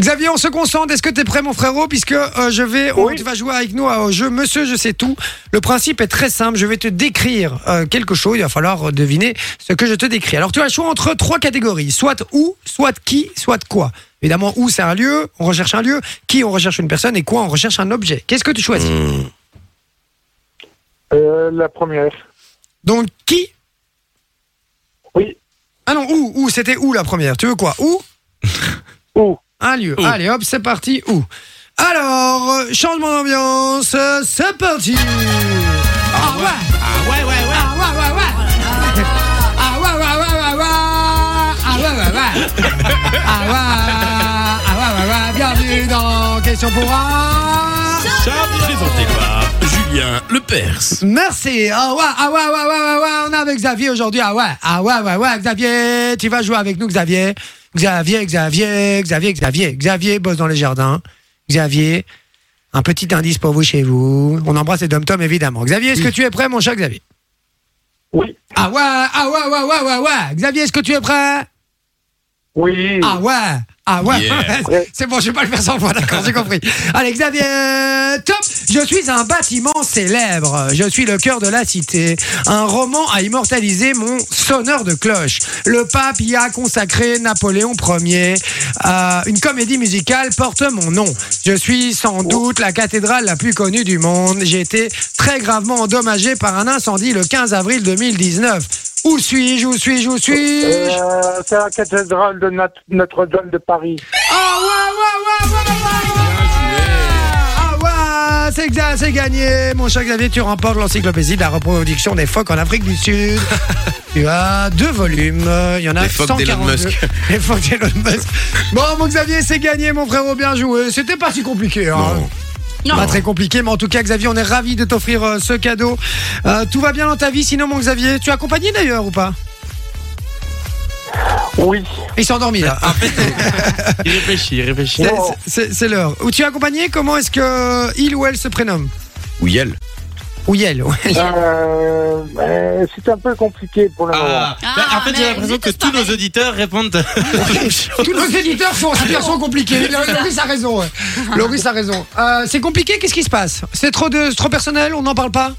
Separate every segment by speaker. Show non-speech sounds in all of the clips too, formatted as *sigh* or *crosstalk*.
Speaker 1: Xavier, on se concentre. Est-ce que t'es prêt, mon frérot Puisque euh, je vais, on- tu vas jouer avec nous au jeu Monsieur, je sais tout. Le principe est très simple. Je vais te décrire euh, quelque chose. Il va falloir euh, deviner ce que je te décris. Alors, tu as le choix entre trois catégories soit où, soit qui, soit quoi. Évidemment, où c'est un lieu, on recherche un lieu. Qui, on recherche une personne. Et quoi, on recherche un objet. Qu'est-ce que tu choisis
Speaker 2: Euh, la première.
Speaker 1: Donc, qui
Speaker 2: Oui.
Speaker 1: Ah non, où Où C'était où la première Tu veux quoi Où
Speaker 2: Où
Speaker 1: Un lieu.
Speaker 3: Où
Speaker 1: Allez, hop, c'est parti. Où Alors, euh, changement d'ambiance, c'est parti. Ah ouais,
Speaker 3: Ah ouais, ouais, ouais.
Speaker 1: ah ouais, ouais, ouais. Ah ouais, ouais, ouais, ouais, ouais. Ah ouais, ouais, ouais. Ah ouais, ah ouais, ouais, ouais. Bienvenue dans Question pour un.
Speaker 3: Présenté par Julien Lepers.
Speaker 1: Merci. Ah ouais, ah ouais, ouais, ouais, ouais, ouais. On est avec Xavier aujourd'hui. Ah ouais, ah ouais, ouais, ouais. Xavier, tu vas jouer avec nous, Xavier. Xavier, Xavier, Xavier, Xavier. Xavier bosse dans les jardins. Xavier, un petit indice pour vous chez vous. On embrasse les dom évidemment. Xavier, est-ce que tu es prêt, mon cher Xavier
Speaker 2: Oui.
Speaker 1: Ah ouais, ah ouais, ouais, ouais, ouais, ouais. Xavier, est-ce que tu es prêt
Speaker 2: Oui.
Speaker 1: Ah ouais, ah ouais.
Speaker 3: Yeah.
Speaker 1: *laughs* c'est bon, je vais pas le faire sans voix, d'accord, j'ai compris. Allez, Xavier, euh, top. Je suis un bâtiment célèbre. Je suis le cœur de la cité. Un roman a immortalisé mon sonneur de cloche. Le pape y a consacré Napoléon Ier. Euh, une comédie musicale porte mon nom. Je suis sans doute la cathédrale la plus connue du monde. J'ai été très gravement endommagé par un incendie le 15 avril 2019. Où suis-je Où suis-je Où suis-je
Speaker 2: Euh, c'est la cathédrale de Nat- Notre-Dame de Paris.
Speaker 1: Ah ouais, ouais, ouais, ouais, ouais, ouais, ouais, ouais. Ah ouais, c'est exact, c'est gagné. Mon cher Xavier, tu remportes l'encyclopédie de la reproduction des phoques en Afrique du
Speaker 3: *laughs*
Speaker 1: Sud. tu as deux volumes. Il y en a
Speaker 3: Les phoques d'Elon
Speaker 1: 142.
Speaker 3: Musk.
Speaker 1: *laughs* Les phoques d'Elon Musk. Bon, mon Xavier, c'est gagné, mon frérot. Bien joué. C'était pas si compliqué. Hein.
Speaker 3: Non.
Speaker 1: Pas très compliqué, mais en tout cas, Xavier, on est ravis de t'offrir euh, ce cadeau. Euh, tout va bien dans ta vie, sinon, mon Xavier, tu es accompagné d'ailleurs ou pas
Speaker 2: Oui.
Speaker 1: Il s'est endormi là.
Speaker 3: Il réfléchit, il réfléchit.
Speaker 1: C'est-
Speaker 2: Wow.
Speaker 1: C'est c'est l'heure. Où tu es accompagné Comment est-ce que il ou elle se prénomme
Speaker 3: Ou Yel.
Speaker 1: Ou elle ouais.
Speaker 2: Euh, euh, c'est un peu compliqué pour le moment.
Speaker 4: Ah,
Speaker 5: Ah,
Speaker 4: en fait, j'ai
Speaker 5: mais
Speaker 4: l'impression
Speaker 5: vous
Speaker 4: que
Speaker 5: êtes
Speaker 4: tous nos
Speaker 5: pareil.
Speaker 4: auditeurs répondent.
Speaker 1: Tous nos éditeurs sont en situation compliquée. Loris a raison. ouais. Loris a raison. Euh, c'est compliqué, qu'est-ce qui se passe C'est trop, de- c'est trop personnel, on n'en parle pas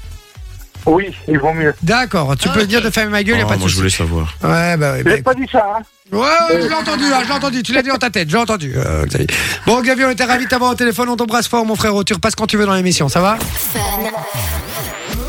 Speaker 2: Oui, il vaut mieux.
Speaker 1: D'accord, tu peux dire de fermer ma gueule, il a pas de souci.
Speaker 3: savoir.
Speaker 1: Ouais, bah, ouais, bah,
Speaker 2: J'ai pas dit ça, hein.
Speaker 1: Ouais, je l'ai entendu, hein, je l'ai entendu, tu l'as dit dans ta tête, j'ai entendu. euh, Xavier. Bon, Xavier, on était ravis de t'avoir au téléphone, on t'embrasse fort, mon frérot, tu repasses quand tu veux dans l'émission, ça va